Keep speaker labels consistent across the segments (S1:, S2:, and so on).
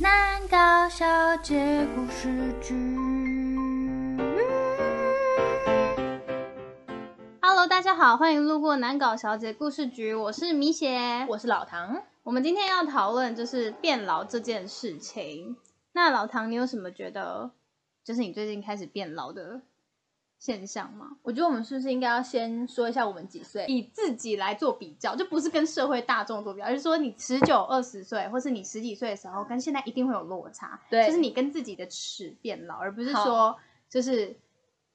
S1: 难搞小姐故事剧。Hello，大家好，欢迎路过难搞小姐故事局，我是米雪。
S2: 我是老唐，
S1: 我们今天要讨论就是变老这件事情。那老唐，你有什么觉得，就是你最近开始变老的现象吗？
S2: 我觉得我们是不是应该要先说一下我们几岁？
S1: 以自己来做比较，就不是跟社会大众做比较，而是说你十九、二十岁，或是你十几岁的时候，跟现在一定会有落差。
S2: 对
S1: 就是你跟自己的尺变老，而不是
S2: 好
S1: 说就是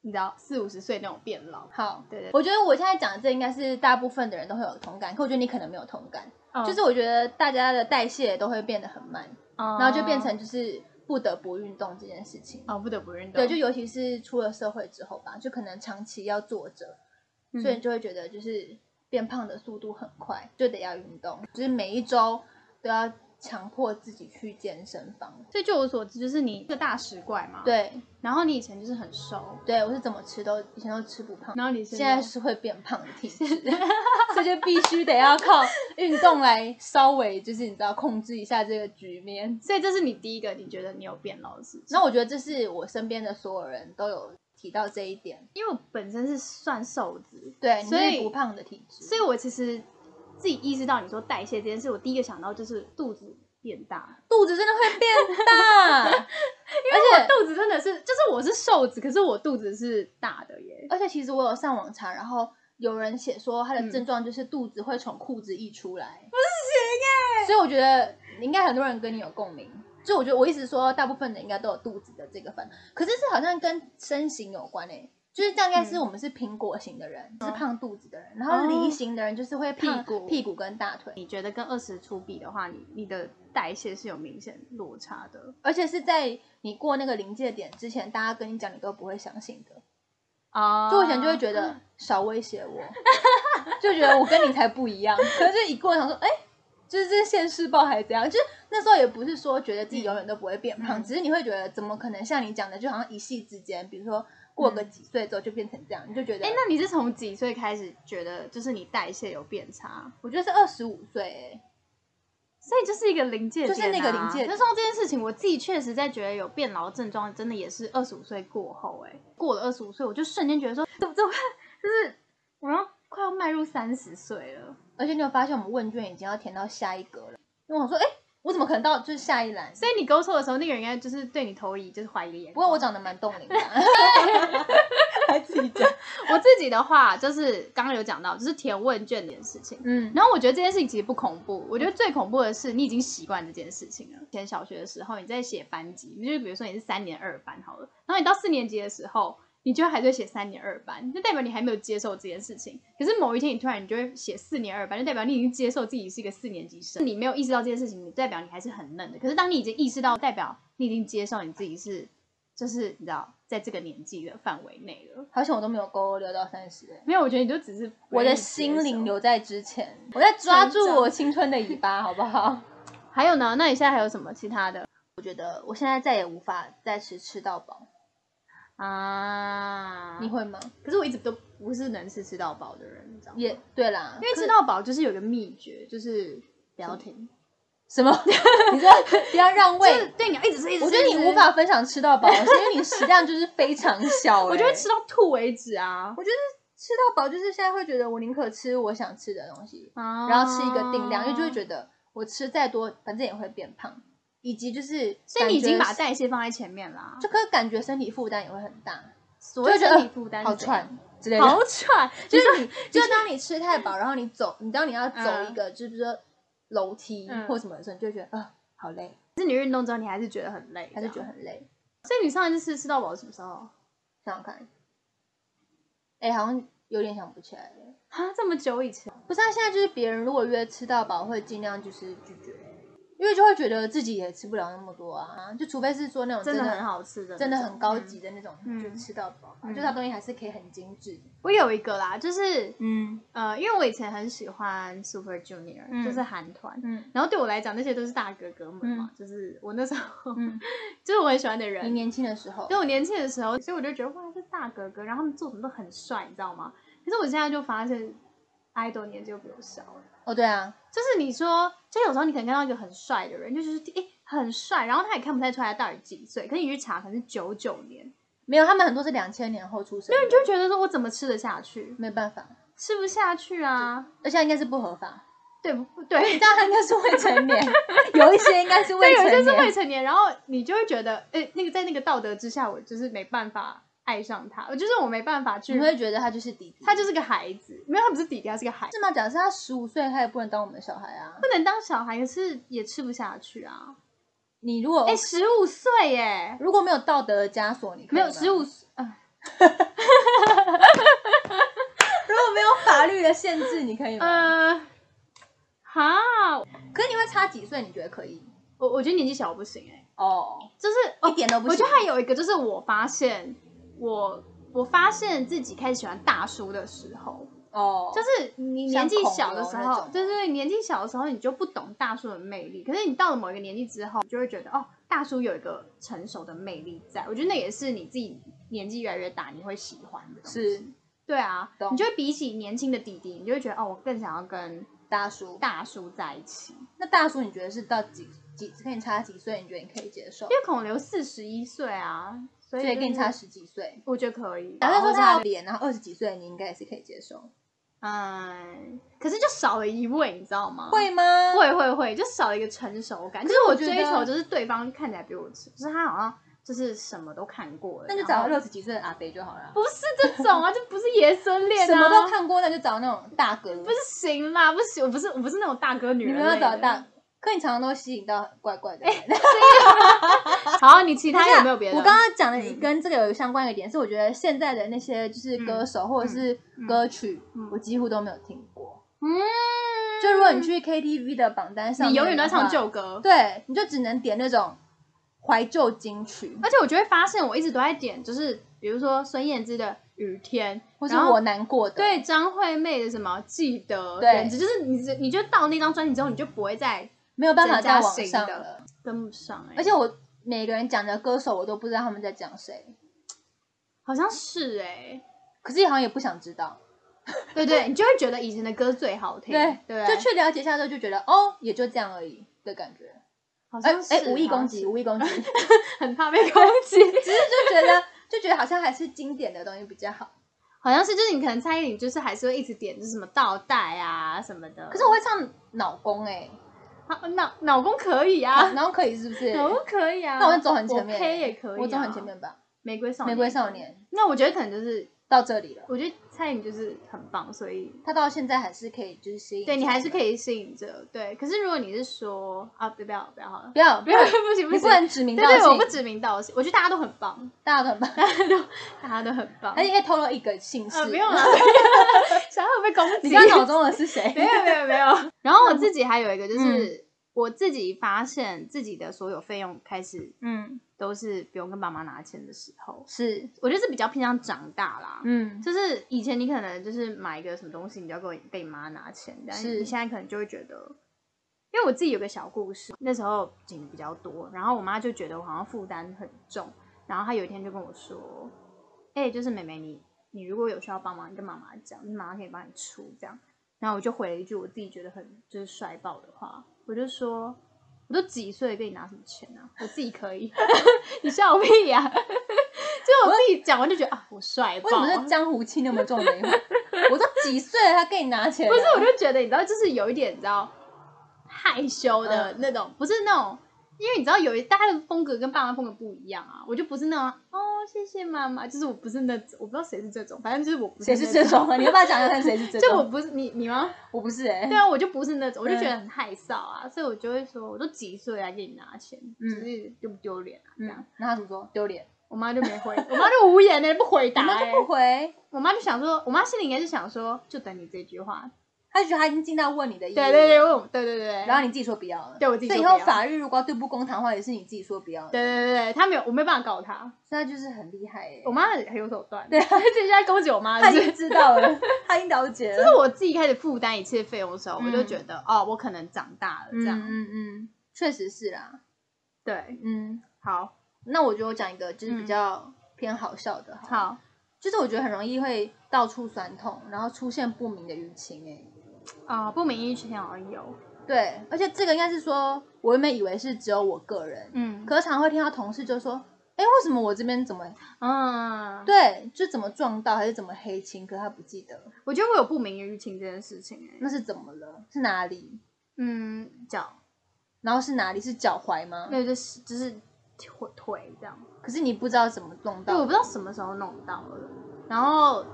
S1: 你知道四五十岁那种变老。
S2: 好，
S1: 对对
S2: 我觉得我现在讲的这应该是大部分的人都会有同感，可我觉得你可能没有同感，
S1: 对，
S2: 就是我觉得大家的代谢都会变得很慢，
S1: 然
S2: 然后就变成就是不得不运动这件事情。
S1: 哦，不得不认
S2: 对，就尤其是出了社会之后吧，就可能长期要坐着，
S1: 嗯
S2: 所以你就会觉得就是变胖的速度很快，就得要运动，就是每一周都要强迫自己去健身房。
S1: 所以据我所知，就是你一个大食怪嘛。。
S2: 对，
S1: 然后你以前就是很瘦，
S2: 对我是怎么吃都以前都吃不胖，
S1: 然后你
S2: 现在是会变胖的体 质，所以就必须得要靠运动来稍微就是你知道控制一下这个局面。
S1: 所以这是你第一个你觉得你有变老的事情。
S2: 那我觉得这是我身边的所有人都有提到这一点，
S1: 因为我本身是算瘦子，
S2: 对，
S1: 所
S2: 你
S1: 以
S2: 是不胖的体质，
S1: 所以我其实自己意识到你说代谢这件事，我第一个想到就是肚子变大，
S2: 肚子真的会 变大，而且
S1: 肚子真的是，就是我是瘦子，可是我肚子是大的耶。
S2: 而且其实我有上网查，然后有人写说他
S1: 嗯
S2: 的症状就是肚子会从裤子溢出来，不行哎、所以我觉得应该很多人跟你有共鸣。就我觉得我一直说，大部分人应该都有肚子的这个烦恼，可是这好像跟身形有关哎、就是大概是
S1: 嗯
S2: 我们是苹果型的人，
S1: 哦
S2: 是胖肚子的人，然后梨型的人就是会胖
S1: 屁股
S2: 屁股跟大腿，
S1: 你觉得跟二十出比的话，你你的代谢是有明显落差的
S2: 而且是在你过那个临界点之前，大家跟你讲你都不会相信的。
S1: 啊
S2: 就我以前就会觉得少威胁我， 就觉得我跟你才不一样。可是就一过想说，哎、就是这现世报还是怎样？就是那时候也不是说觉得自己永远都不会变胖，
S1: 嗯
S2: 只是你会觉得怎么可能像你讲的，就好像一夕之间，比如说过个几岁之后就变成这样，你就觉得，
S1: 哎、嗯那你是从几岁开始觉得就是你代谢有变差？
S2: 我觉得是二十五岁欸，
S1: 所以就是一个临界点、啊，
S2: 就是那个临界点
S1: 那时候这件事情，我自己确实在觉得有变老的症状，真的也是二十五岁过后、哎，过了二十五岁，我就瞬间觉得说，怎么怎么办，就是我要快要迈入三十岁了。
S2: 而且你有发现我们问卷已经要填到下一格了，因为我想说，哎、我怎么可能到就是下一栏？
S1: 所以你勾错的时候，那个人应该就是对你投以就是怀疑的眼
S2: 不过
S1: 光。
S2: 我长得蛮冻龄的，啊还自己讲，
S1: 我自己的话，就是刚刚有讲到，就是填问卷这件事情。
S2: 嗯，
S1: 然后我觉得这件事情其实不恐怖，我觉得最恐怖的是你已经习惯这件事情了。以前小学的时候，你在写班级，就是比如说你是三年二班好了，然后你到四年级的时候，你居然还在写三年二班，就代表你还没有接受这件事情。可是某一天你突然你就会写四年二班，就代表你已经接受自己是一个四年级生，你没有意识到这件事情，你代表你还是很嫩的。可是当你已经意识到，代表你已经接受你自己是，就是你知道，在这个年纪的范围内了。
S2: 好险我都没有勾留到三十、欸。
S1: 没有，我觉得你就只是不
S2: 我
S1: 愿
S2: 的
S1: 意接
S2: 心灵
S1: 受
S2: 留在之前，我在抓住
S1: 成长
S2: 我青春的尾巴，好不好？
S1: 还有呢？那你现在还有什么其他的
S2: 我觉得我现在再也无法再吃吃到饱，
S1: 啊？
S2: 你会吗？
S1: 可是我一直都不是能吃吃到饱的人，你知道吗？
S2: 也对啦，
S1: 因为
S2: 可
S1: 吃到饱就是有一个秘诀，就是不要停，
S2: 什么？ 你知道不要让
S1: 就是
S2: 胃。
S1: 对你要一直吃，一直吃。
S2: 我觉得
S1: 一
S2: 你
S1: 直吃
S2: 无，法分享吃到饱，是因为你食量就是非常 小、欸
S1: 我就会吃，到吐为止啊！
S2: 我觉得吃到饱就是现在会觉得我宁可吃我想吃的东西，
S1: 啊
S2: 然后吃一个定量，因为就
S1: 哦
S2: 会觉得我吃再多反正也会变胖，以及就是
S1: 所以你已经把
S2: 感觉
S1: 代谢放在前面啦，
S2: 就可以感觉身体负担也会很大，
S1: 所谓
S2: 就觉得
S1: 身体负担
S2: 好
S1: 是怎样
S2: 喘之类的。
S1: 好喘，就
S2: 就是是你，就是当你吃太饱，然后你走，你当你要走一个，就是说楼梯
S1: 嗯
S2: 或什么的时候，你就会觉得啊，好累，
S1: 是你运动之后你还是觉得很累，
S2: 还是觉得
S1: 很。
S2: 很累。
S1: 所以你上一次吃吃到饱是什么时候？
S2: 想想看，哎，好像有点想不起来了。
S1: 啊，这么久以前
S2: 不是、啊，现在就是别人如果约吃到饱，会尽量就是拒绝，因为就会觉得自己也吃不了那么多啊，就除非是说那种
S1: 真的
S2: 的
S1: 很，好吃的那种，
S2: 真的很高
S1: 嗯
S2: 级的那种，
S1: 嗯
S2: 就吃到饱，啊
S1: 嗯
S2: 就它东西还是可以很精致。
S1: 我有一个啦，就是
S2: 嗯
S1: 呃，因为我以前很喜欢 Super Junior，、
S2: 嗯
S1: 就是韩团，
S2: 嗯
S1: 然后对我来讲那些都是大哥哥们嘛， 就是我那时候、
S2: 嗯，
S1: 就是我很喜欢的
S2: 你
S1: 人，
S2: 年轻的时候
S1: 对我年轻的时候，所以我就觉得哇，这大哥哥，然后他们做什么都很帅，你知道吗？可是我现在就发现，idol 年纪又比我小了，
S2: 哦，对啊，
S1: 就是你说，就有时候你可能看到一个很帅的人，就觉得诶，很帅，然后他也看不太出来他到底几岁，可是你去查，可能是九九年，
S2: 没有，他们很多是两千年后出生
S1: 所以
S2: 的，
S1: 你就觉得说我怎么吃得下去，
S2: 没办法，
S1: 吃不下去啊，
S2: 而且他应该是不合法，
S1: 对不对？
S2: 但他应该是未成年，有一些应该是
S1: 对，
S2: 未
S1: 有
S2: 成
S1: 一些是未
S2: 年，
S1: 成年，然后你就会觉得，哎、那个在那个道德之下，我就是没办法爱上他，我就是我没办法去
S2: 你，会觉得他就是弟弟，
S1: 他就是个孩子，没有，他不是弟弟，他是个孩子，
S2: 是吗？假设他十五岁，他也不能当我们的小孩啊。
S1: 不能当小孩，可是也吃不下去啊。
S2: 你如果、
S1: 哎、十五岁耶，
S2: 如果没有道德的枷锁，你可以
S1: 没有
S2: 吗
S1: 十五，呃
S2: 如果没有法律的限制，你可以吗？
S1: 呃，哈，
S2: 可是你会差几岁？你觉得可以？
S1: 我我觉得年纪小我不行哎，
S2: 哦，
S1: 就是
S2: 一点都不
S1: 我觉
S2: 行
S1: 得。还有一个就是我发现我我发现自己开始喜欢大叔的时候，
S2: 哦，
S1: 就是你
S2: 像
S1: 年纪小的时
S2: 恐龙那
S1: 候
S2: 种，
S1: 对对对，年纪小的时候你就不懂大叔的魅力，可是你到了某一个年纪之后，你就会觉得哦，大叔有一个成熟的魅力在，我觉得那也是你自己年纪越来越大你会喜欢的东西。
S2: 是
S1: 对啊
S2: 懂，
S1: 你就会比起年轻的弟弟，你就会觉得哦，我更想要跟
S2: 大叔。
S1: 大叔在一起。
S2: 那大叔，你觉得是到几几跟你差几岁？你觉得你可以接受？
S1: 因为孔刘四十一岁啊，所
S2: 所
S1: 以、
S2: 以
S1: 就是、
S2: 跟你差，十几岁。
S1: 我觉得可以。
S2: 假设说
S1: 或者
S2: 他
S1: 他
S2: 要脸，然后二十几岁，你应该也是可以接受，
S1: 嗯，可是就少了一位，你知道吗？
S2: 会吗？。
S1: 会会会，就少了一个成熟感。就是
S2: 是我
S1: 我
S2: 觉得
S1: 追求，就是对方看起来比我，就是他好像就是什么都看过了，
S2: 那就
S1: 然
S2: 找
S1: 后
S2: 六十几岁的阿伯就好了。
S1: 不是这种啊，就不是爷孙恋啊，
S2: 什么都看过，那就找那种大哥。
S1: 不，行啦，不行，我不是我不是那种大哥女
S2: 你
S1: 人
S2: 们
S1: 类的，
S2: 要找大，可你常常都会吸引到怪怪的人。
S1: 好，你其
S2: 等一
S1: 他
S2: 下
S1: 有没有别的？
S2: 我刚刚讲的一
S1: 嗯
S2: 跟这个有相关的一个点是，我觉得现在的那些就是歌手或者是歌曲
S1: 嗯嗯，
S2: 我几乎都没有听过。
S1: 嗯，
S2: 就如果你去 KTV 的榜单上面
S1: 你
S2: 的话，
S1: 永远都在唱旧歌，
S2: 对，你就只能点那种怀旧金曲，
S1: 而且我就会发现，我一直都在点，就是比如说孙燕姿的《雨天》，
S2: 或是
S1: 然后
S2: 我难过的。，
S1: 对张惠妹的什么《记得》
S2: 对
S1: 简直就是你只你就到那张专辑之后，你就不会再
S2: 没有办法
S1: 增加
S2: 再往
S1: 新
S2: 上
S1: 的
S2: 了。
S1: 跟不上、欸，
S2: 而且我每个人讲的歌手，我都不知道他们在讲谁，
S1: 好像是哎、
S2: 可是好像也不想知道。
S1: 对对，你就会觉得以前的歌最好听，
S2: 对啊
S1: 对，啊不
S2: 就
S1: 对，
S2: 去了解一下之后就觉得哦，也就这样而已的感觉。
S1: 好
S2: 哎
S1: 像是
S2: 哎，无意攻击，
S1: 好
S2: 无意 攻击，只是
S1: 像是很怕被攻击，
S2: 就觉得就觉得好像还是经典的东西比较好。
S1: 好像是就是你可能蔡依林就是还是会一直点就是什么倒带啊什么的，
S2: 可是我会唱脑功哎、
S1: 啊脑脑功可以啊，
S2: 然后可以是不是？
S1: 脑功可以啊，
S2: 那我会走很前面、欸
S1: 我 K 也可以、啊，
S2: 我走很前，面吧。
S1: 玫瑰少
S2: 玫
S1: 年
S2: 瑰少年
S1: 那我觉得可能就是，
S2: 到这里了，
S1: 我觉得蔡依林就是很棒，所以
S2: 他到现在还是可以，就是吸引。
S1: 对你还是可
S2: 以，
S1: 以吸引着。对，可是如果你是说啊，不不要不要好了，
S2: 不要
S1: 不
S2: 不
S1: 要
S2: 要，
S1: 不行不
S2: 你
S1: 行
S2: 不，能指
S1: 对
S2: 名道
S1: 对，
S2: 姓，
S1: 我不指名道姓，我觉得大家都很棒，
S2: 大家都很棒，
S1: 大家都大家都很棒。
S2: 而且可以透露一个姓氏。
S1: 啊，不用了， 想要被攻击？
S2: 你刚刚脑 中的是谁？
S1: 没有没有没嗯有。 然后我自己还有一个就是。我自己发现自己的所有费用开始
S2: 嗯，
S1: 都是不用跟爸妈拿钱的时候，
S2: 是，
S1: 我觉得是比较偏向长大啦。
S2: 嗯，
S1: 就是以前你可能就是买一个什么东西，你就要给我被妈拿钱，但
S2: 是
S1: 是你现在可能就会觉得，因为我自己有个小故事，那时候紧比较多，然后我妈就觉得我哦好像负担很重，然后她有一天就跟我说，哎、就是妹妹你你如果有需要帮忙，你跟妈妈讲，你妈妈可以帮你出这样。然后我就回了一句我自己觉得很就是帅爆的话，我就说。我都几岁了跟你拿什么钱啊？我自己可以， 你笑我屁呀、 就我自己讲完就觉得啊，我帅爆。
S2: 为什么这江湖气那么重的 一环？我都几岁了，他给你拿钱了？
S1: 不是，我就觉得你知道，就是有一点你知道害羞
S2: 嗯
S1: 的那种，不是那种，因为你知道有一大家的风格跟爸妈风格不一样啊，我就不是那种哦，谢谢妈妈，就是我不是那种，我不知道谁是这种，反正就是我不
S2: 谁
S1: 是
S2: 是
S1: 那
S2: 这种啊？你要不要讲讲看谁是这
S1: 就我
S2: 种？
S1: 不是你你吗？
S2: 我不是哎、
S1: 对啊，我就不是那种，我就觉得很害臊啊，所以我就会说，我都几岁啊，给你拿钱，就是丢不丢脸啊？这样，
S2: 嗯，那他怎么说？丢脸，
S1: 我妈就没回，我妈就无言的不回答、
S2: 你妈
S1: 欸
S2: 就，不回，
S1: 我妈就想说，我妈心里应该是想说，就等你这句话，
S2: 他就觉得他已经尽到问你的义务。
S1: 对对对，问我对对对，
S2: 然后你自己说不要了，
S1: 对我自己
S2: 所以以
S1: 说不
S2: 后
S1: 要
S2: 法律如果要对簿公堂的话，也是你自己说不要的，
S1: 对对对对，他没有，我没办法告他。
S2: 所以他就是很厉害耶、
S1: 我妈很很有手段，
S2: 对 啊
S1: 她自己在攻击我妈，
S2: 他已
S1: 就
S2: 经
S1: 是。
S2: 知道 了，他已经了解
S1: 就
S2: 了，
S1: 是我自己开始负担一切费用的时候，
S2: 嗯
S1: 我就觉得哦，我可能长大了这样。
S2: 嗯嗯嗯，确实是啦，
S1: 对，
S2: 嗯，
S1: 好，
S2: 那我觉得我讲一个就是比
S1: 嗯
S2: 较偏好笑的，，
S1: 好，
S2: 就是我觉得很容易会到处酸痛，然后出现不明的淤青哎、
S1: 啊、不明一前好像有，
S2: 对对，而且这个应该是说，我原本以为是只有我个人，
S1: 嗯
S2: 可是常会听到同事就说：“哎，为什么我这边怎么
S1: 嗯，对，
S2: 对，就怎么撞到还是怎么黑青？”可他不记得
S1: 我觉得我有不明于情这件事情、欸，
S2: 那是怎么了，是哪里，
S1: 嗯，脚，
S2: 然后是哪里是脚踝吗？
S1: 那就是就是腿腿这样，
S2: 可是你不知道怎么弄
S1: 对，我
S2: 到
S1: 不知道什么时候弄到了，然后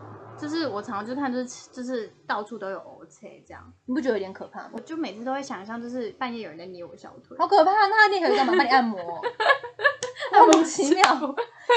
S1: 就是我常常就看就是就是到处都有 O C 这样，
S2: 你不觉得有点可怕吗
S1: 我？就每次都会想象就是半夜有人在捏我小腿，
S2: 好可怕！那他那可以干嘛？帮你按摩， 莫名其妙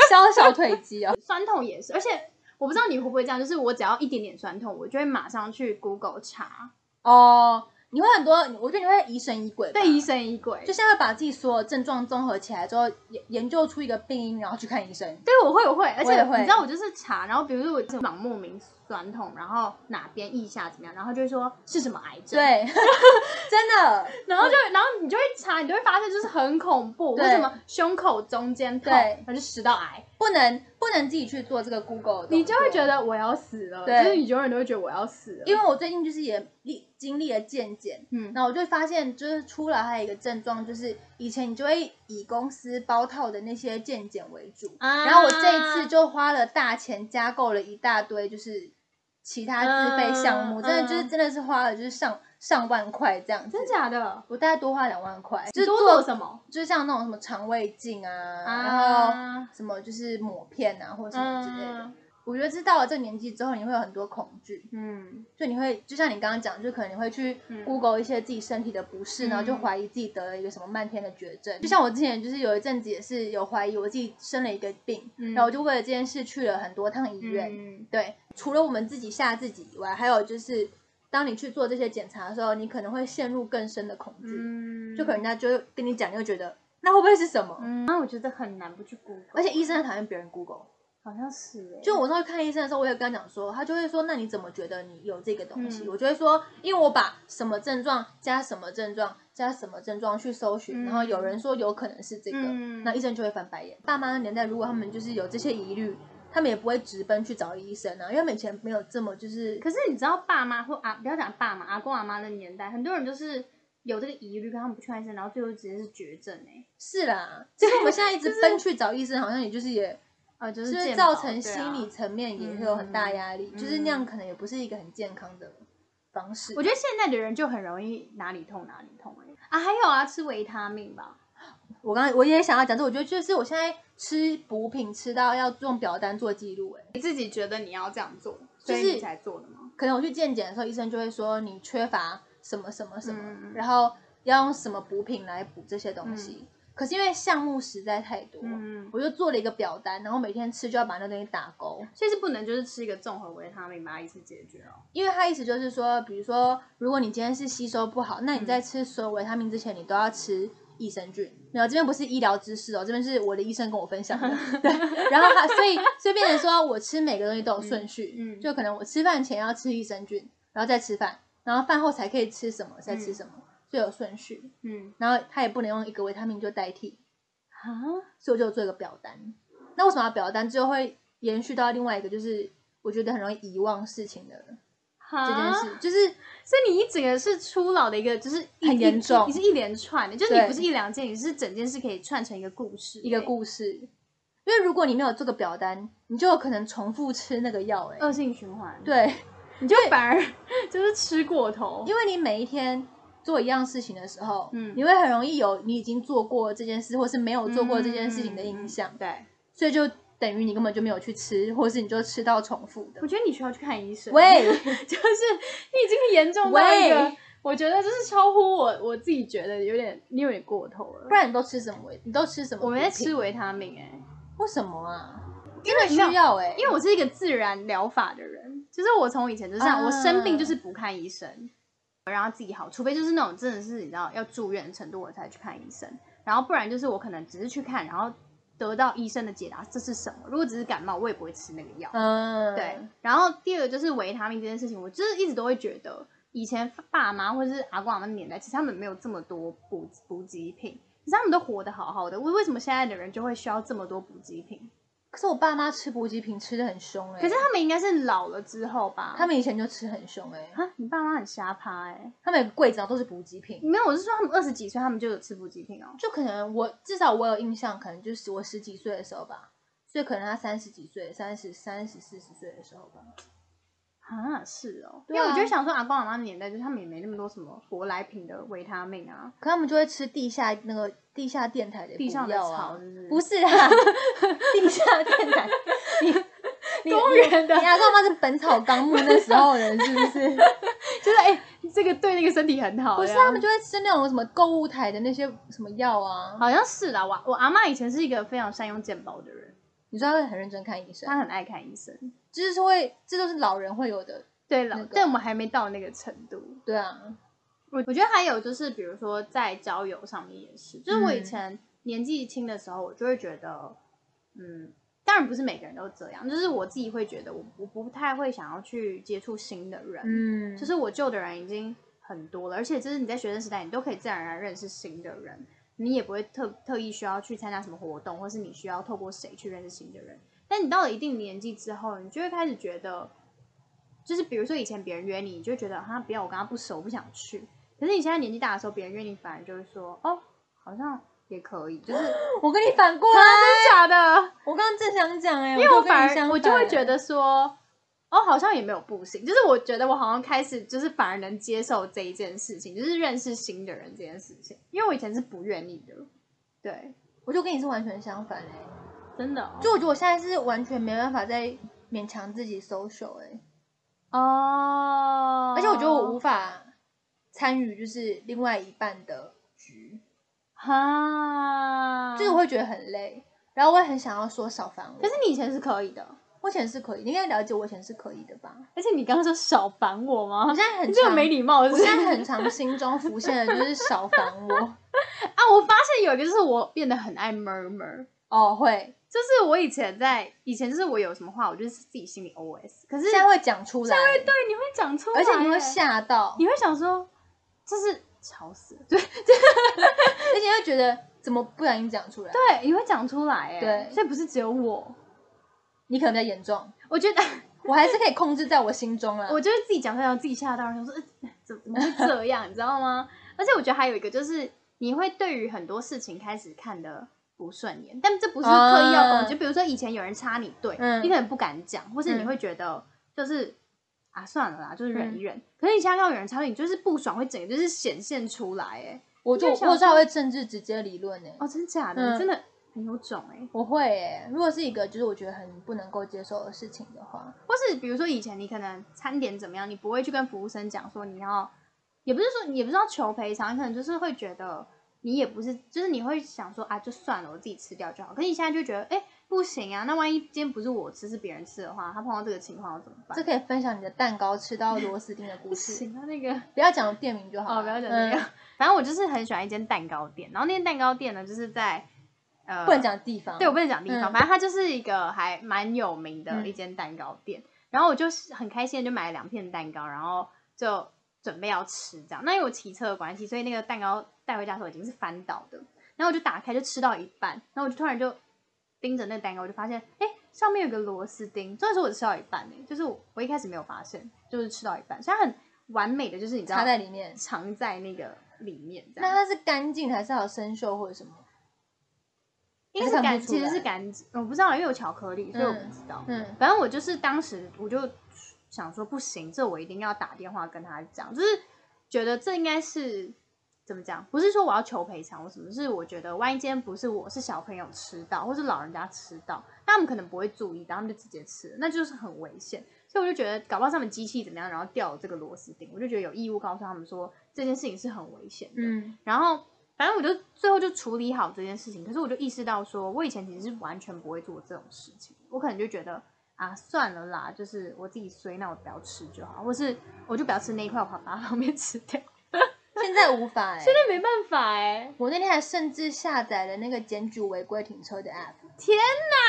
S2: 削小腿肌哦。
S1: 酸痛也是，而且我不知道你会不会这样，就是我只要一点点酸痛，我就会马上去 Google 查，
S2: 哦，你会很多，我觉得你会疑神疑鬼吧。
S1: 对啊疑神疑鬼，
S2: 就是要把自己所有症状综合起来之后，研研究出一个病因，然后去看医生。
S1: 对，我会，我会，而
S2: 我
S1: 且
S2: 也会
S1: 你知道，我就是查，然后比如说我肩膀莫名酸痛，然后哪边腋下怎么样，然后就会说是什么癌症，，
S2: 对， 真的，
S1: 然后就然后你就会查，你就会发现就是很恐怖，
S2: 对
S1: 为什么胸口中间痛，
S2: 对
S1: 然后就食道癌，
S2: 不能不能自己去做这个 Google，的动作
S1: 你就会觉，得我要死了，
S2: 对
S1: 就是你永远都会觉得我要死了，
S2: 因
S1: 为
S2: 为我最近就是也历经历了健检，
S1: 嗯，
S2: 那我就发现就是出来还有一个症状，就是以前你就会以公司包套的那些健检为主，
S1: 啊
S2: 然后我这一次就花了大钱加购了一大堆，就是其他自费项目，
S1: 嗯
S2: 真的就是
S1: 嗯
S2: 真的是花了就是上上万块这样子，
S1: 真假的，
S2: 我大概多花两万块，
S1: 就
S2: 就
S1: 是多
S2: 做
S1: 做什么
S2: 就是像那种什么肠胃镜啊，然后
S1: 啊？
S2: 什么就是抹片啊，或者什么之类的。
S1: 嗯
S2: 我觉得是到了这个年纪之后，你会有很多恐惧，
S1: 嗯，
S2: 就你会就像你刚刚讲，就可能你会去
S1: 嗯
S2: Google 一些自己身体的不适，
S1: 嗯
S2: 然后就怀疑自己得了一个什么漫天的绝症。就像我之前就是有一阵子也是有怀疑我自己生了一个病，
S1: 嗯
S2: 然后我就为了这件事去了很多趟医院，
S1: 嗯
S2: 对，除了我们自己吓自己以外，还有就是当你去做这些检查的时候，你可能会陷入更深的恐惧，
S1: 嗯，
S2: 就可能人家就会跟你讲，你会觉得那会不会是什么？
S1: 嗯，那我觉得很难不去 Google，
S2: 而且医生很讨厌别人 Google。
S1: 好像是欸，
S2: 就我上次看医生的时候，我也跟他讲说，他就会说，那你怎么觉得你有这个东西？
S1: 嗯
S2: 我就会说，因为我把什么症状加什么症状加什么症状去搜寻，
S1: 嗯
S2: 然后有人说有可能是这个，
S1: 嗯
S2: 那医生就会翻白眼。爸妈的年代，如果他们就是有这些疑虑，他们也不会直奔去找医生啊，因为他们以前没有这么就是
S1: 可是你知道爸妈或啊，不要讲爸妈，阿公阿妈的年代，很多人就是有这个疑虑，可他们不去看医生，然后最后直接是绝症哎、
S2: 是啦，其实我们现在一直
S1: 就是
S2: 奔去找医生，好像也就是也
S1: 呃，就
S2: 就是是
S1: 健
S2: 造
S1: 保
S2: 成
S1: 对啊
S2: 心理层面也会有很大压力，
S1: 嗯
S2: 就是那样可能也不是一个很健康的方式。
S1: 我觉得现在的人就很容易哪里痛哪里痛哎、啊，还有啊，吃维他命吧，
S2: 我刚我也想要讲这，我觉得就是我现在吃补品吃到要用表单做记录，哎，
S1: 你自己觉得你要这样做，
S2: 就
S1: 所
S2: 是
S1: 以你才做的吗？
S2: 可能我去健检的时候，医生就会说你缺乏什么什么什么，
S1: 嗯嗯
S2: 然后要用什么补品来补这些东西。可是因为项目实在太多，
S1: 嗯，
S2: 我就做了一个表单，然后每天吃就要把那东西打勾。
S1: 所以是不能就是吃一个综合维他命把它一次解决哦。
S2: 因为他意思就是说，比如说，如果你今天是吸收不好，那
S1: 嗯
S2: 你在吃所有维他命之前，你都要吃益生菌。没有，这边不是医疗知识哦，这边是我的医生跟我分享的。 对，然后他所以所以变成说我吃每个东西都有顺序，
S1: 嗯嗯
S2: 就可能我吃饭前要吃益生菌，然后再吃饭，然后饭后才可以吃什么，再吃什么，就有顺序。
S1: 嗯，
S2: 然后他也不能用一个维他命就代替，
S1: 啊，
S2: 所以我就有做一个表单。那为什么要表单？最后会延续到另外一个，就是我觉得很容易遗忘事情的这件事，就是。
S1: 所以你一整个是初老的一个，就是一
S2: 很严重
S1: 一你是一连串的，就是你
S2: 对
S1: 不是一两件，你是整件事可以串成一个故事欸、
S2: 一个故事。因为如果你没有这个表单，你就有可能重复吃那个药、欸，
S1: 恶性循环。
S2: 对，
S1: 你就反而就是吃过头，
S2: 因为你每一天做一样事情的时候，
S1: 嗯
S2: 你会很容易有你已经做过这件事，或是没有做过这件事情的影响，
S1: 嗯对，
S2: 所以就等于你根本就没有去吃，或是你就吃到重复的
S1: 我。觉得你需要去看医生。
S2: 喂
S1: 就是你已经严重到一个
S2: 喂，
S1: 我觉得就是超乎我我自己觉得有点你有点过头了。
S2: 不然你都吃什么？你都吃什么？
S1: 我们在吃，维他命哎、
S2: 为什么啊？
S1: 因为
S2: 需要哎、
S1: 因为我是一个自然疗法的人，就是我从以前就是这样，
S2: 啊
S1: 我生病就是不看医生，让他自己好，除非就是那种真的是你知道要住院的程度我才去看医生，然后不然就是我可能只是去看，然后得到医生的解答这是什么。如果只是感冒，我也不会吃那个药。
S2: 嗯，
S1: 对，，然后第二个就是维他命这件事情，我就是一直都会觉得，以前爸妈或者是阿公阿妈的年代，其实他们没有这么多补补给品，可是他们都活得好好的，为为什么现在的人就会需要这么多补给品？
S2: 可可是我爸妈吃补给品吃的很凶哎、
S1: 可是他们应该是老了之后吧？
S2: 他们以前就吃很凶哎、
S1: 啊，你爸妈很瞎趴哎、欸。
S2: 他们有个柜子然后都是补给品，
S1: 没有，我是说他们二十几岁，他们就有吃补给品哦。
S2: 就可能我至少我有印象，可能就是我十几岁的时候吧，所以可能他三十几岁、三十三十四十岁的时候吧。
S1: 啊，是哦，因
S2: 对啊
S1: 为我就想说，阿公阿妈年代就是他们也没那么多什么舶来品的维他命啊，
S2: 可他们就会吃地下那个地下电台的
S1: 地上
S2: 补
S1: 的
S2: 药
S1: 草
S2: 啊，
S1: 是不是？
S2: 不是 啊，地下电台，你你
S1: 公园的
S2: 你阿公妈是《本草纲目》那时候的人是不是？
S1: 就是哎、这个对那个身体很好呀。
S2: 不是，啊他们就会吃那种什么购物台的那些什么药啊。
S1: 好像是啦。我我阿妈以前是一个非常善用健保的人，
S2: 你知道他会很认真看医生，
S1: 她很爱看医生。
S2: 就是会，这都是老人会有的，
S1: 对老，
S2: 那个
S1: 但我们还没到那个程度。
S2: 对啊，
S1: 我我觉得还有就是，比如说在交友上面也是，就是我以
S2: 嗯
S1: 前年纪轻的时候，我就会觉得，嗯，当然不是每个人都这样，就是我自己会觉得我我不太会想要去接触新的人，
S2: 嗯，
S1: 就是我旧的人已经很多了，而且就是你在学生时代，你都可以自然而然认识新的人，你也不会特特意需要去参加什么活动，或是你需要透过谁去认识新的人。但你到了一定年纪之后，你就会开始觉得，就是比如说以前别人约你，你就会觉得哈，不要，我跟他不熟，我不想去。可是你现在年纪大的时候，别人约你，反而就会说哦，好像也可以，就是真的
S2: 我跟你反过来，
S1: 假的？
S2: 我刚刚正想讲哎、
S1: 因为
S2: 我
S1: 我
S2: 就跟你
S1: 反
S2: 相哎
S1: 而我就会觉得说，哦，好像也没有不行，就是我觉得我好像开始就是反而能接受这一件事情，就是认识新的人这件事情，因为我以前是不愿意的，对，
S2: 我就跟你是完全相反哎、
S1: 真的、
S2: 就我觉得我现在是完全没办法再勉强自己 social 哎、
S1: 哦，
S2: 而且我觉得我无法参与就是另外一半的局，
S1: 哈，
S2: 就是我会觉得很累，然后我也很想要说少烦我。
S1: 啊可是你以前是可以的，
S2: 我以前是可以，你应该了解我以前是可以的吧？
S1: 而且你刚刚说少烦我
S2: 我
S1: 吗？
S2: 现在很
S1: 你这个
S2: 常
S1: 没礼貌，
S2: 我
S1: 是
S2: 现在很常心中浮现的就是少烦我
S1: 啊，我发现有一个就是我变得很爱 murmur。
S2: 哦，会
S1: 就是我以前在以前，就是我有什么话，我就是自己心里 OS。可是
S2: 现在会讲出来，
S1: 对，你会讲出来，
S2: 而且你会，吓到，
S1: 你会想说，这是吵死了，对
S2: 而且会觉得怎么不小心讲出来，
S1: 对，你会讲出来，哎，
S2: 对
S1: 所以不是只有我，
S2: 你可能比较严重，
S1: 我觉 得，
S2: 我还是可以控制在我心中啊啦。
S1: 我就是自己讲出来，我自己吓到，然后想说，呃怎么怎么会这样，你知道吗？而且我觉得还有一个就是，你会对于很多事情开始看的不顺眼，但这不是刻意要攻击，
S2: 啊
S1: 比如说以前有人插你队，
S2: 嗯
S1: 你可能不敢讲，或是你
S2: 嗯
S1: 会觉得就是。啊，算了啦，就是忍一忍。
S2: 嗯
S1: 可是你现在看到有人插你，你就是不爽，会整个就是显现出来，哎，
S2: 我就
S1: 你就想
S2: 我稍微政治直接理论呢、
S1: 哦，真假的，
S2: 嗯
S1: 你真的很有种哎、
S2: 我会诶、如果是一个就是我觉得很不能够接受的事情的话，
S1: 或是比如说以前你可能餐点怎么样，你不会去跟服务生讲说你要，也不是说也不是要求赔偿，你可能就是会觉得你也不是，就是你会想说啊，就算了，我自己吃掉就好。可是你现在就觉得，哎、不行啊，那万一今天不是我吃，是别人吃的话，他碰到这个情况要怎么办？
S2: 这可以分享你的蛋糕吃到螺丝钉的 故
S1: 不
S2: 事，
S1: 行啊，那个
S2: 不要讲店名就好了。
S1: 哦，不要讲那个。
S2: 嗯
S1: 反正我就是很喜欢一间蛋糕店，然后那间蛋糕店呢，就是在呃，
S2: 不能讲地方。
S1: 对我不能讲地方，
S2: 嗯
S1: 反正它就是一个还蛮有名的
S2: 嗯
S1: 一间蛋糕店。然后我就是很开心，就买了两片蛋糕，然后就准备要吃这样。那因为我骑车的关系，所以那个蛋糕带回家的时候已经是翻倒的。然后我就打开，就吃到一半，然后我就突然就盯着那个蛋糕，我就发现，哎，上面有个螺丝钉。重点是我吃到一半呢、欸就是我我一开始没有发现，就是吃到一半，所以它很完美的，就是你知道
S2: 插在里面。
S1: 藏在那个里面这
S2: 那
S1: 样。
S2: 它是干净的还是还有生锈或者什么？
S1: 应该是感，
S2: 还是看不出
S1: 其实是
S2: 来
S1: 感，我不知道，因为有巧克力，所以我不
S2: 嗯
S1: 知道。
S2: 嗯，
S1: 反正我就是当时我就想说不行，这我一定要打电话跟他讲，就是觉得这应该是怎么讲？不是说我要求赔偿或什么，是我觉得万一今天不是我是小朋友吃到，或是老人家吃到，那他们可能不会注意，然后他们就直接吃了，那就是很危险。所以我就觉得，搞不好他们机器怎么样，然后掉了这个螺丝钉，我就觉得有义务告诉他们说这件事情是很危险的。
S2: 嗯，
S1: 然后反正我就最后就处理好这件事情。可是我就意识到说，我以前其实是完全不会做这种事情，我可能就觉得啊，算了啦，就是我自己衰，那我不要吃就好，或是我就不要吃那一块，我把它旁边吃掉。
S2: 现现在无法哎、
S1: 现在没办法哎、
S2: 我那天还甚至下载了那个检举违规停车的 app，
S1: 天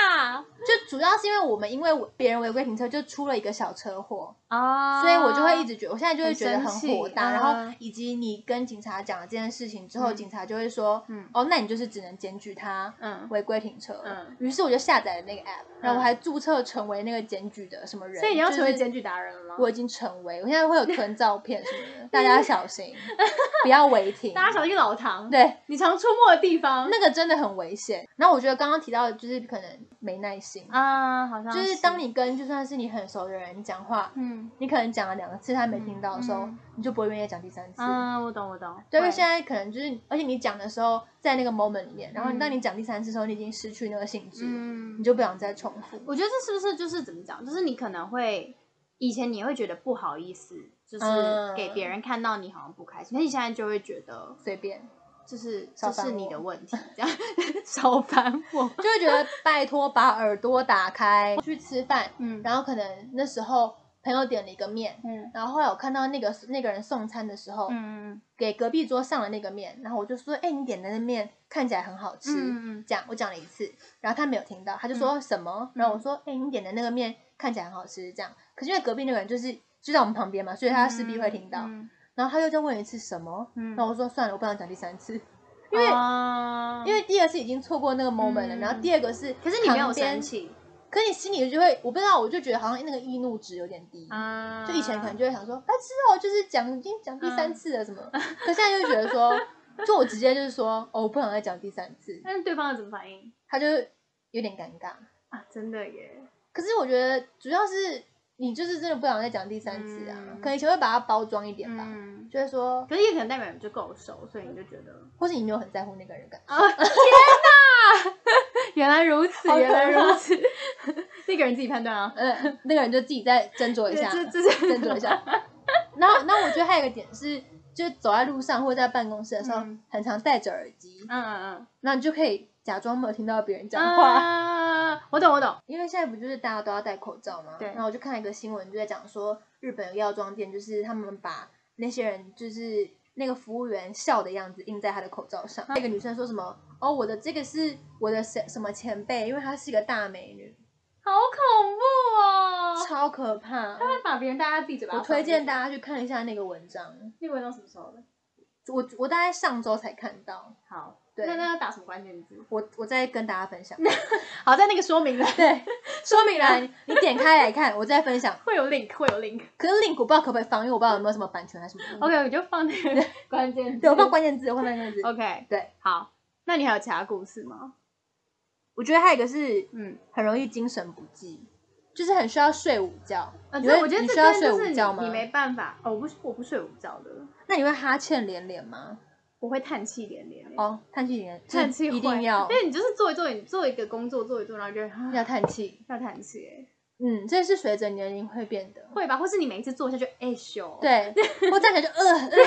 S1: 哪！
S2: 就主要是因为我们因为别人违规停车就出了一个小车祸，
S1: 啊
S2: 所以我就会一直觉得，我现在就会觉得
S1: 很
S2: 很
S1: 生气
S2: 火大。
S1: 嗯
S2: 然后以及你跟警察讲了这件事情之后，
S1: 嗯
S2: 警察就会说，
S1: 嗯
S2: 哦，那你就是只能检举他
S1: 嗯，
S2: 违规停车。
S1: 嗯
S2: 于是我就下载了那个 app，然后我还注册成为那个检举的什么人。
S1: 所以你要成为
S2: 就是
S1: 检举达人了吗？
S2: 我已经成为，我现在会有囤照片什么的，大家 小心，不要违停。
S1: 大家小心老唐，
S2: 对，
S1: 你常出没的地方。
S2: 那个真的很危险。然后我觉得刚刚提到的就是可能没耐心，
S1: 啊，好像
S2: 就是当你跟就算是你很熟的人讲话，
S1: 嗯
S2: 你可能讲了两次他没听到的时候，
S1: 嗯
S2: 你就不会愿意讲第三次。
S1: 啊，我懂我懂，
S2: 对，因为
S1: 会
S2: 现在可能就是，而且你讲的时候在那个 moment 里面，然后
S1: 嗯
S2: 当你讲第三次的时候，你已经失去那个兴致，
S1: 嗯
S2: 你，就不想再重复。
S1: 我觉得这是不是就是怎么讲，就是你可能会以前你会觉得不好意思，就是
S2: 嗯
S1: 给别人看到你好像不开心，但你现在就会觉得
S2: 随便
S1: 就是
S2: 少
S1: 这
S2: 烦
S1: 是你
S2: 我
S1: 的问题，这 样少烦我。
S2: 就会 觉得拜托把耳朵打开去吃饭，
S1: 嗯
S2: 然后可能那时候朋友点了一个面，
S1: 嗯
S2: 然后后来我看到那个那个人送餐的时候，
S1: 嗯
S2: 给隔壁桌上了那个面，然后我就说，哎、你点的那面看起来很好吃，
S1: 嗯
S2: 讲我讲了一次，然后他没有听到，他就说什么，然后我
S1: 嗯
S2: 说，哎、你点的那个面看起来很好吃，这样，可是因为隔壁那个人就是就在我们旁边嘛，所以他势必会听到，
S1: 嗯
S2: 然后他又再问一次什么，
S1: 嗯，
S2: 然后我说算了，我不想讲第三次，因为、
S1: 啊
S2: 因为第二次已经错过那个 moment 了，
S1: 嗯
S2: 然后第二个是，
S1: 可是你没有生，气
S2: 可你心里就会，我不知道，我就觉得好像那个易怒值有点低，
S1: 啊，
S2: 就以前可能就会想说，白痴哦，就是讲已经讲第
S1: 嗯
S2: 三次了什么，可现在就会觉得说，就我直接就是说，哦，我不想再讲第三次，
S1: 但是对方要怎么反应
S2: 他就有点尴尬。
S1: 啊？真的耶，
S2: 可是我觉得主要是你就是真的不想再讲第三次啊，
S1: 嗯
S2: 可能以前会把它包装一点吧，
S1: 嗯。
S2: 就会说，
S1: 可是也可能代表你们就够熟，所以你就觉得
S2: 或是你没有很在乎那个人 感，
S1: 啊，天哪！原来如此，
S2: 好可怕
S1: 原来如此。 那个人自己判断啊。
S2: 呃，那个人就自己再斟酌一下，
S1: 这这是
S2: 斟酌一下。然后，然后我觉得还有一个点是，就是走在路上或者在办公室的时候，
S1: 嗯
S2: 很常戴着耳机，
S1: 嗯嗯
S2: 那你就可以假装没有听到别人
S1: 嗯。
S2: 讲话。
S1: 啊我懂我懂。
S2: 因为现在不就是大家都要戴口罩吗？
S1: 对
S2: 然后我就看一个新闻，就在讲说日本有药妆店，就是他们把那些人就是那个服务员笑的样子印在他的口罩上。那个女生说什么？哦，我的这个是我的什什么前辈，因为她是一个大美女，
S1: 好恐怖哦！
S2: 超可怕。
S1: 他会把别人大家自己嘴巴。
S2: 我推荐大家去看一下那个文章，
S1: 那个文章什么时候的？
S2: 我我大概上周才看到，
S1: 好，
S2: 对
S1: 那那要打什么关键字？
S2: 我我再跟大家分享。
S1: 好，在那个说明栏，
S2: 对，
S1: 说明
S2: 来
S1: 栏
S2: 你点开来看，我再分享。
S1: 会有 link，会有 link。
S2: 可是 link 我不知道可不可以放，因为我不知道有没有什么版权还是什么。
S1: OK，我就放那个关键字。
S2: 嗯 对，我哦放关键字，我放关键字。
S1: OK，
S2: 对，
S1: 好。那你还有其他故事吗？
S2: 我觉得还有一个是
S1: 嗯，
S2: 很容易精神不济，就是很需要睡午觉。
S1: 啊，
S2: 你
S1: 这
S2: 会
S1: 我觉得
S2: 你
S1: 这
S2: 需要
S1: 真
S2: 睡
S1: 的就是
S2: 午觉吗？
S1: 你你没办法，哦，我不我不睡午觉的，
S2: 那你会哈欠连连吗？
S1: 我会叹气连连欸。
S2: 哦，叹气连连，
S1: 叹气
S2: 一
S1: 会
S2: 定要
S1: 因为你就是做一做，你做一个工作做一做，然后就啊
S2: 要叹气。
S1: 要叹气欸，
S2: 嗯，这是随着年龄会变的。
S1: 会吧？或是你每一次坐下就哎咻，
S2: 对，或站起来就呃，呃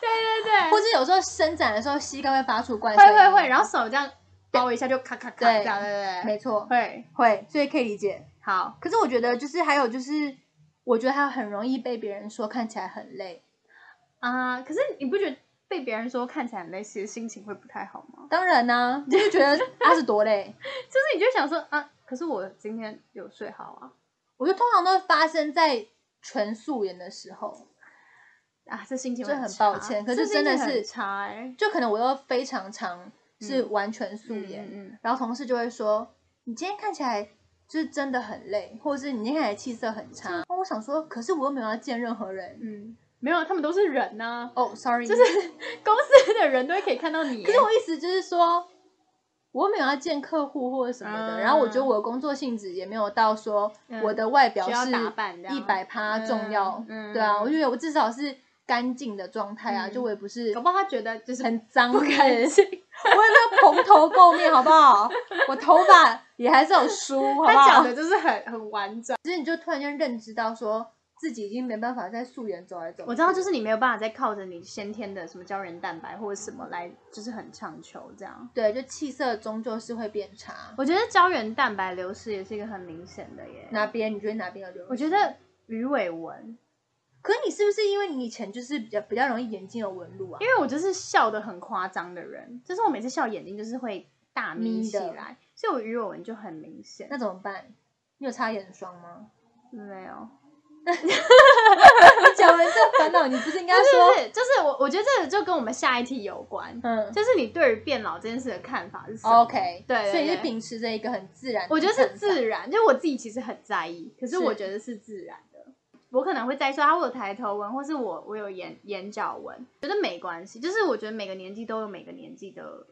S1: 对对
S2: 或
S1: 对，
S2: 者有时候伸展的时候膝盖会发出怪声
S1: 会
S2: 音。
S1: 会会，然后手这样包一下就咔咔咔
S2: 对
S1: 这样，对对
S2: 没错
S1: 对，，会
S2: 会，所以可以理解。
S1: 好
S2: 可是我觉得就是还有就是，我觉得还有很容易被别人说看起来很累。
S1: 啊。可是你不觉得被别人说看起来很累，其实心情会不太好吗？
S2: 当然呢、你就觉得 他是多累。
S1: 就是你就想说啊，可是我今天有睡好啊
S2: 我觉得通常都会发生在纯素颜的时候，
S1: 啊，这心情
S2: 这
S1: 会
S2: 很
S1: 差
S2: 抱歉可
S1: 这
S2: 是真的
S1: 心情很
S2: 是
S1: 差哎，
S2: 就可能我又非常常是完全素颜，
S1: 嗯嗯
S2: 然后同事就会说你今天看起来就是真的很累，或者是你今天看起来气色很差。那我想说，可是我又没有要见任何人。
S1: 嗯，没有，他们都是人啊呐。
S2: 哦、s o r r y
S1: 就是 公司的人都可以看到你。
S2: 可是我意思就是说，我没有要见客户或者什么的，
S1: 嗯
S2: 然后我觉得我的工作性质也没有到说
S1: 嗯
S2: 我的外表
S1: 需要
S2: 是
S1: 打扮这样
S2: 一百趴重要，
S1: 嗯嗯
S2: 对啊，我觉得我至少是干净的状态啊，
S1: 嗯
S2: 就我也不是
S1: 搞不好他觉得就是
S2: 很脏
S1: 不
S2: 之类的
S1: 干 净，
S2: 我也没有蓬头垢面，好不好？我头发也还是有梳，好不
S1: 他讲
S2: 好？
S1: 的就是很很婉转。
S2: 其实你就突然间认知到说自己已经没办法在素颜走来走去。
S1: 我知道，就是你没有办法再靠着你先天的什么胶原蛋白或者什么来，就是很强求这样。
S2: 对，就气色终究是会变差。
S1: 我觉得胶原蛋白流失也是一个很明显的耶。
S2: 哪边？你觉得哪边有流？
S1: 我觉得鱼尾纹，
S2: 可你是不是因为你以前就是比较比较容易眼睛有纹路啊
S1: 因？为我就是笑得很夸张的人，就是我每次笑眼睛就是会大眯
S2: 眯
S1: 起
S2: 的
S1: 来，所以我鱼尾纹就很明显。
S2: 那怎么办？你有擦眼霜吗？
S1: 没有，
S2: 我讲完这烦恼，你不是应该
S1: 不是不
S2: 说，
S1: 是，就是我我觉得这个就跟我们下一题有关，
S2: 嗯
S1: 就是你对于变老这件事的看法是什么
S2: ，OK，
S1: 对对
S2: 所以你是
S1: 对
S2: 秉持着一个哦很自然的看法，
S1: 我觉得是自然，就我自己其实很在意，可是
S2: 是
S1: 我觉得是自然的。我可能会在意说，啊，我有抬头纹，或是我我有眼眼角纹，觉得没关系。就是我觉得每个年纪都有每个年纪的，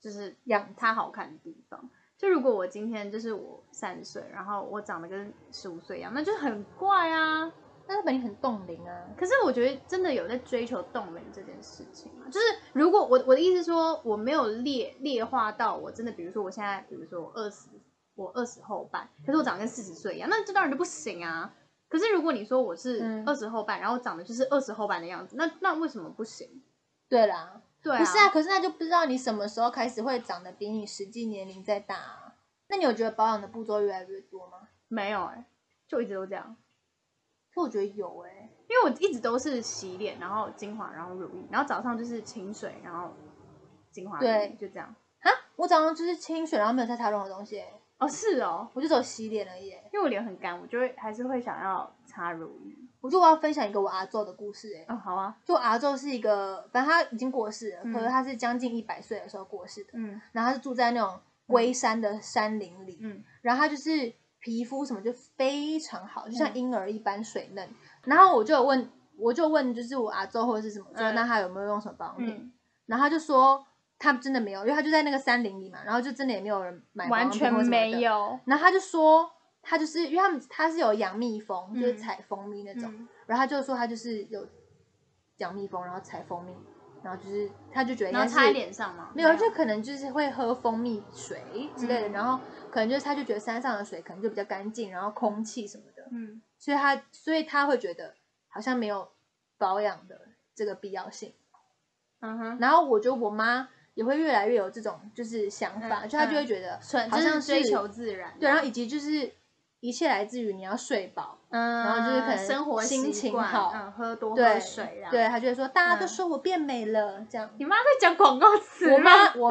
S1: 就是
S2: 样
S1: 它好看的地方。就如果我今天就是我三岁，然后我长得跟十五岁一样，那就很怪啊。
S2: 那代表你很冻龄啊。
S1: 可是我觉得真的有在追求动人这件事情啊，就是如果我我的意思是说我没有劣劣化到我真的，比如说我现在，比如说我二十，我二十后半，可是我长得跟四十岁一样，那这当然就不行啊。可是如果你说我是
S2: 嗯
S1: 二十后半，然后长得就是二十后半的样子，那那为什么不行？
S2: 对啦，
S1: 对啊，
S2: 不是啊，，可是那就不知道你什么时候开始会长得比你实际年龄再大、啊。那你有觉得保养的步骤越来越多吗？
S1: 没有哎、就一直都这样，
S2: 可我觉得有哎、
S1: 因为我一直都是洗脸，然后精华，然后乳液，然后早上就是清水，然后精华，
S2: 对，
S1: 就这样。
S2: 哈，我早上就是清水，然后没有再擦任何东西欸、
S1: 哦，是哦，
S2: 我就只有洗脸而已欸、
S1: 因为我脸很干，我就会还是会想要擦乳液。
S2: 我就我要分享一个我阿昼的故事、欸，
S1: 哦，好啊，
S2: 就我阿昼是一个，反正他已经过世了，
S1: 嗯
S2: 可是他是将近一百岁的时候过世的，
S1: 嗯
S2: 然后他是住在那种龟山的山林里，
S1: 嗯，
S2: 然后他就是皮肤什么就非常好，就像
S1: 嗯
S2: 婴儿一般水嫩。然后我就有问，我就问就是我阿周或者是什么，说
S1: 嗯
S2: 那他有没有用什么保养品？
S1: 嗯
S2: 然后他就说他真的没有，因为他就在那个山林里嘛，然后就真的也没有人买，
S1: 完全没。有，
S2: 然后他就说他就是因为他们他是有养蜜蜂，就是
S1: 嗯
S2: 采蜂蜜那种，
S1: 嗯
S2: 然后他就说他就是有养蜜蜂，然后采蜂蜜，然后就是他就觉得应
S1: 然后
S2: 该是
S1: 擦在脸上吗？
S2: 没有，就可能就是会喝蜂蜜水之类的，
S1: 嗯
S2: 然后可能就是他就觉得山上的水可能就比较干净，然后空气什么的，
S1: 嗯，
S2: 所以他所以他会觉得好像没有保养的这个必要性。
S1: 嗯哼，
S2: 然后我觉得我妈也会越来越有这种就是想法，
S1: 嗯
S2: 就她就会
S1: 嗯
S2: 觉得
S1: 纯
S2: 好
S1: 就
S2: 像
S1: 是
S2: 是
S1: 追求自然，
S2: 对，然后以及就是一切来自于你要睡饱，
S1: 嗯，
S2: 然后就是可能
S1: 生活
S2: 心
S1: 习
S2: 情
S1: 惯
S2: 好
S1: 嗯，喝多
S2: 对
S1: 喝水啦。
S2: 对，，她就会说大家
S1: 嗯
S2: 都说我变美了这样。
S1: 你妈在讲广告词啊吗，
S2: 我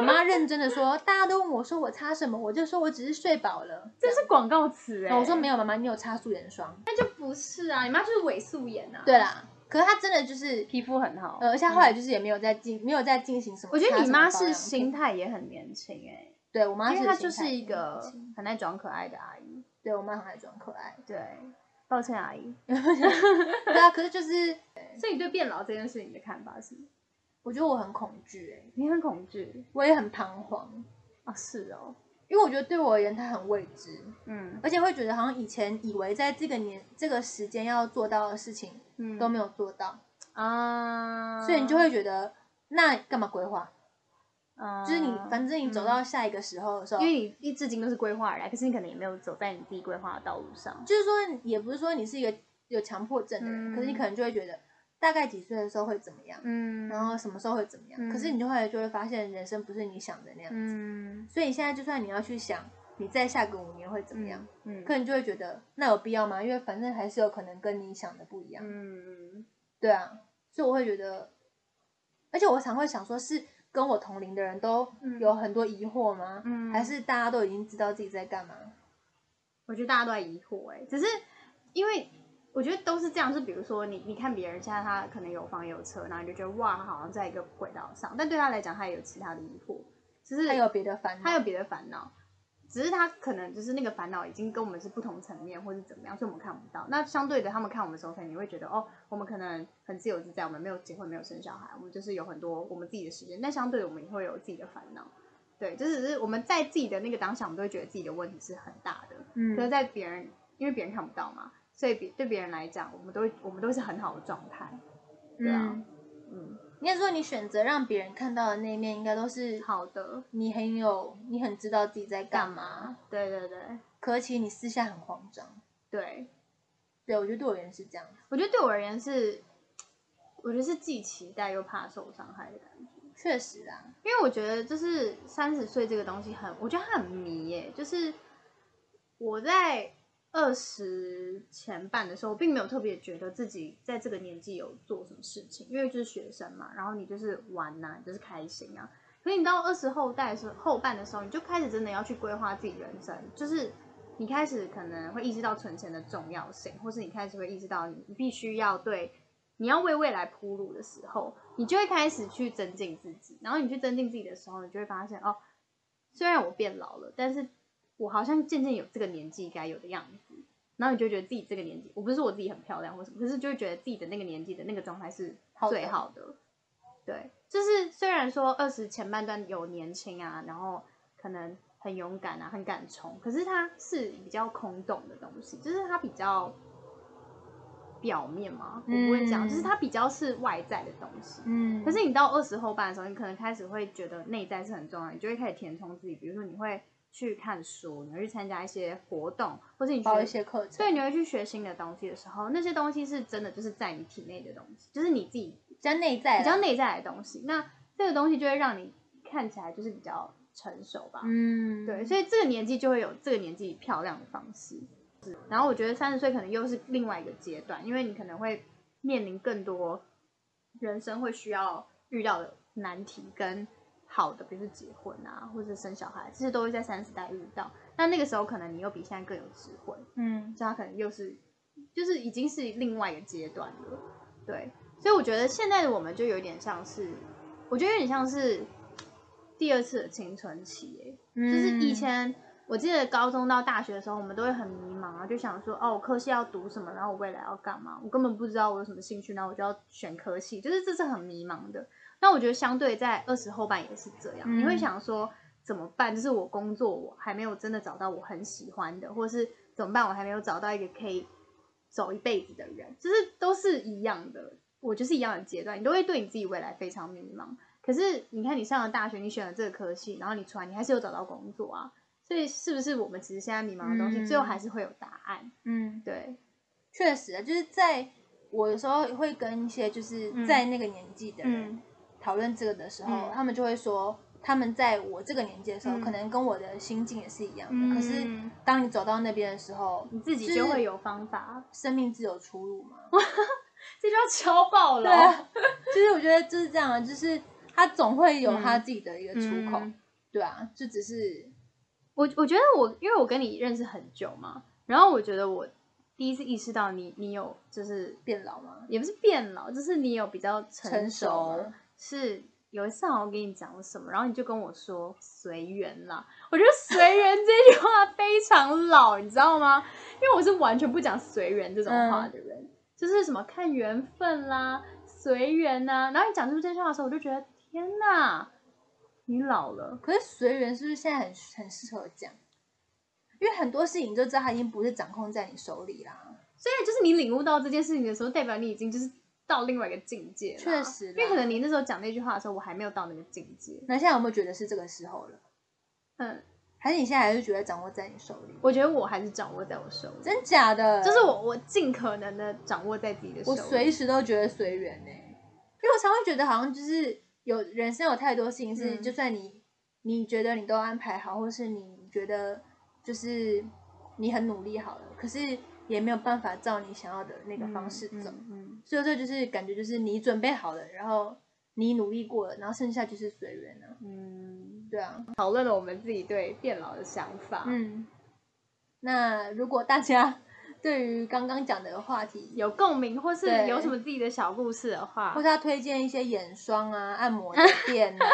S2: 妈，我妈认真的说，大家都问我说我擦什么，我就说我只是睡饱了。
S1: 这是广告词
S2: 然
S1: 哎，
S2: 后我说没
S1: 有，
S2: 有，妈妈，你有擦素颜霜。
S1: 不是啊，你妈就是伪素颜啊，
S2: 对，啦，可是她真的就是，
S1: 皮肤很好，
S2: 呃，而且她后来就是也没有在进，没有在进行什么。
S1: 嗯我觉得你妈是心，态也很年轻哎，
S2: 对我妈
S1: 因为
S2: 是
S1: 她
S2: 心
S1: 就
S2: 态
S1: 是一
S2: 很
S1: 个
S2: 年轻
S1: 很爱装可爱的阿姨，
S2: 对我妈很爱装可爱。
S1: 对，抱歉阿姨，
S2: 对啊，可是就是
S1: 所以你对变老这件事情的看法是什么？
S2: 我觉得我很恐惧、欸，
S1: 你很恐惧
S2: 我也很彷徨，
S1: 啊、是哦，
S2: 因为我觉得对我而言它很未知，
S1: 嗯
S2: 而且会觉得好像以前以为在这个年这个时间要做到的事情
S1: 嗯
S2: 都没有做到，
S1: 啊，
S2: 所以你就会觉得那干嘛规划？
S1: 啊，
S2: 就是你反正你走
S1: 嗯
S2: 到下一个时候的时候，
S1: 因为你一至今都是规划而来，可是你可能也没有走在你自己规划的道路上。
S2: 就是说，也不是说你是一个有强迫症的人，
S1: 嗯
S2: 可是你可能就会觉得大概几岁的时候会怎么样，
S1: 嗯
S2: 然后什么时候会怎么样，
S1: 嗯
S2: 可是你就会就会发现人生不是你想的那样子。
S1: 嗯
S2: 所以你现在就算你要去想你再下个五年会怎么样，？
S1: 嗯
S2: 可能就会觉得那有必要吗？因为反正还是有可能跟你想的不一样。
S1: 嗯
S2: 对啊，所以我会觉得，而且我常会想说，是跟我同龄的人都
S1: 嗯
S2: 有很多疑惑吗？
S1: 嗯
S2: 还是大家都已经知道自己在干嘛？
S1: 我觉得大家都在疑惑哎、只是因为我觉得都是这样，是比如说你你看别人现在他可能有房有车，然后你就觉得哇，他好像在一个轨道上，但对他来讲，他也有其他的疑惑，只是
S2: 还有别的烦恼？
S1: 他有别的烦恼，只是他可能就是那个烦恼已经跟我们是不同层面，或是怎么样，所以我们看不到。那相对的，他们看我们的时候，可能你会觉得哦，我们可能很自由自在，我们没有结婚，没有生小孩，我们就是有很多我们自己的时间。但相对的，我们也会有自己的烦恼。对，就只是我们在自己的那个当下，我们都会觉得自己的问题是很大的。
S2: 嗯
S1: 可是在别人，因为别人看不到嘛，所以比对别人来讲，我们都会我们都是很好的状态。对啊
S2: 嗯，
S1: 嗯，
S2: 应该说你选择让别人看到的那一面，应该都是
S1: 好的，
S2: 你很有，你很知道自己在干嘛。
S1: 嘛？对对对
S2: 可其实你私下很慌张。
S1: 对，
S2: 对，我觉得对我而言是这样。
S1: 我觉得对我而言是，我觉得是既期待又怕受伤害的感觉，
S2: 确实啊，
S1: 因为我觉得就是三十岁这个东西很，我觉得它很迷耶、就是我在二十前半的时候，我并没有特别觉得自己在这个年纪有做什么事情，因为就是学生嘛，然后你就是玩呐、你就是开心啊。可是你到二十后代的时候，后半的时候，你就开始真的要去规划自己人生，就是你开始可能会意识到存钱的重要性，或是你开始会意识到你必须要对你要为未来铺路的时候，你就会开始去增进自己。然后你去增进自己的时候，你就会发现哦，虽然我变老了，但是我好像渐渐有这个年纪该有的样子。然后你就觉得自己这个年纪，我不是说我自己很漂亮或什么，可是就会觉得自己的那个年纪的那个状态是
S2: 好的
S1: 最好的。对，就是虽然说二十前半段有年轻啊，然后可能很勇敢啊，很敢冲，可是它是比较空洞的东西，就是它比较表面嘛，我不会讲，
S2: 嗯
S1: 就是它比较是外在的东西。
S2: 嗯
S1: 可是你到二十后半的时候，你可能开始会觉得内在是很重要，你就会开始填充自己，比如说你会去看书，你会去参加一些活动，或是你
S2: 包
S1: 学
S2: 一些课程，
S1: 对，你会去学新的东西的时候，那些东西是真的就是在你体内的东西，就是你自己
S2: 比较内在啦，
S1: 比较内在的东西。那这个东西就会让你看起来就是比较成熟吧。
S2: 嗯，
S1: 对，所以这个年纪就会有这个年纪漂亮的方式。然后我觉得三十岁可能又是另外一个阶段，因为你可能会面临更多人生会需要遇到的难题跟好的，比如说结婚啊，或者生小孩，这些都会在三十代遇到。那那个时候可能你又比现在更有智慧，
S2: 嗯，
S1: 所以他可能又是就是已经是另外一个阶段了，对，所以我觉得现在的我们就有点像是，我觉得有点像是第二次的青春期、欸，就是
S2: 嗯
S1: 以前我记得高中到大学的时候，我们都会很迷茫啊，就想说哦，我科系要读什么，然后我未来要干嘛，我根本不知道我有什么兴趣，然后我就要选科系，就是这是很迷茫的。那我觉得相对在二十后半也是这样，
S2: 嗯
S1: 你会想说怎么办？就是我工作我还没有真的找到我很喜欢的，或是怎么办？我还没有找到一个可以走一辈子的人，就是都是一样的，我就是一样的阶段，你都会对你自己未来非常迷茫。可是你看，你上了大学，你选了这个科系，然后你出来，你还是有找到工作啊。所以是不是我们其实现在迷茫的东西，
S2: 嗯
S1: 最后还是会有答案？
S2: 嗯。
S1: 对，
S2: 确实，啊就是在我有时候会跟一些就是
S1: 嗯
S2: 在那个年纪的人
S1: 嗯
S2: 讨论这个的时候，
S1: 嗯
S2: 他们就会说，他们在我这个年纪的时候，
S1: 嗯
S2: 可能跟我的心境也是一样的。
S1: 嗯
S2: 可是当你走到那边的时候，
S1: 你自己就会有方法，
S2: 生命自有出路嘛。
S1: 这就要敲爆了哦
S2: 对啊，就是我觉得就是这样啊，就是他总会有他自己的一个出口。
S1: 嗯
S2: 对啊，就只是
S1: 我我觉得我，因为我跟你认识很久嘛，然后我觉得我第一次意识到你，你有就是
S2: 变老嘛，
S1: 也不是变老，就是你有比较
S2: 成
S1: 熟
S2: 熟。
S1: 是有一次好像跟你讲了什么，然后你就跟我说随缘啦。我觉得随缘这句话非常老，你知道吗？因为我是完全不讲随缘这种话
S2: 嗯
S1: 的人，就是什么看缘分啦、随缘呐。然后你讲出这句话的时候，我就觉得天哪，你老了。
S2: 可是随缘是不是现在很很适合讲？因为很多事情你就知道它已经不是掌控在你手里啦。
S1: 虽然就是你领悟到这件事情的时候，代表你已经就是到另外一个境界了。
S2: 确实啦
S1: 因为可能你那时候讲那句话的时候，我还没有到那个境界。
S2: 那现在有没有觉得是这个时候了？
S1: 嗯，
S2: 还是你现在还是觉得掌握在你手里？
S1: 我觉得我还是掌握在我手里。
S2: 真假的？
S1: 就是我我尽可能的掌握在自己的手
S2: 我
S1: 里。
S2: 随时都觉得随缘呢，因为我常会觉得好像就是有人生有太多事情是，
S1: 嗯
S2: 就算你你觉得你都安排好，或是你觉得就是你很努力好了，可是也没有办法照你想要的那个方式走。
S1: 嗯嗯
S2: 所以这就是感觉就是你准备好了，然后你努力过了，然后剩下就是随缘了。
S1: 嗯
S2: 对啊，
S1: 讨论了我们自己对变老的想法，
S2: 嗯，那如果大家 对于刚刚讲的话题，
S1: 有共鸣或是
S2: 对
S1: 有什么自己的小故事的话
S2: 或，是要推荐一些眼霜啊、按摩 的店啊，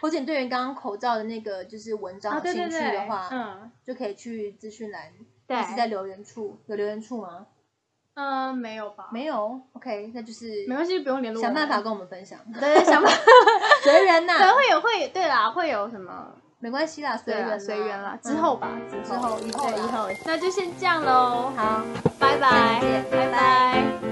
S2: 或者你对于刚刚口罩的那个就是文章
S1: 啊
S2: 有
S1: 对对
S2: 兴趣
S1: 对
S2: 的话，
S1: 嗯，
S2: 就可以去资讯栏，
S1: 对
S2: 一直在留言处，有留言处吗？
S1: 嗯，没有吧？
S2: 没有，OK，那就是
S1: 没关系，不用联络我
S2: 想
S1: 们，
S2: 办法跟我们分享，
S1: 对对想办法，
S2: 随缘
S1: 可能
S2: 呐，
S1: 会有会对啦，会有什么
S2: 没关系啦，随
S1: 对
S2: 缘
S1: 啦
S2: 啦嗯
S1: 随缘啦，之后吧，
S2: 之后
S1: 以
S2: 以
S1: 后
S2: 后啦
S1: 以后，那就先这样喽
S2: 嗯，好，
S1: 拜拜
S2: 再见，
S1: 拜
S2: 拜
S1: 拜。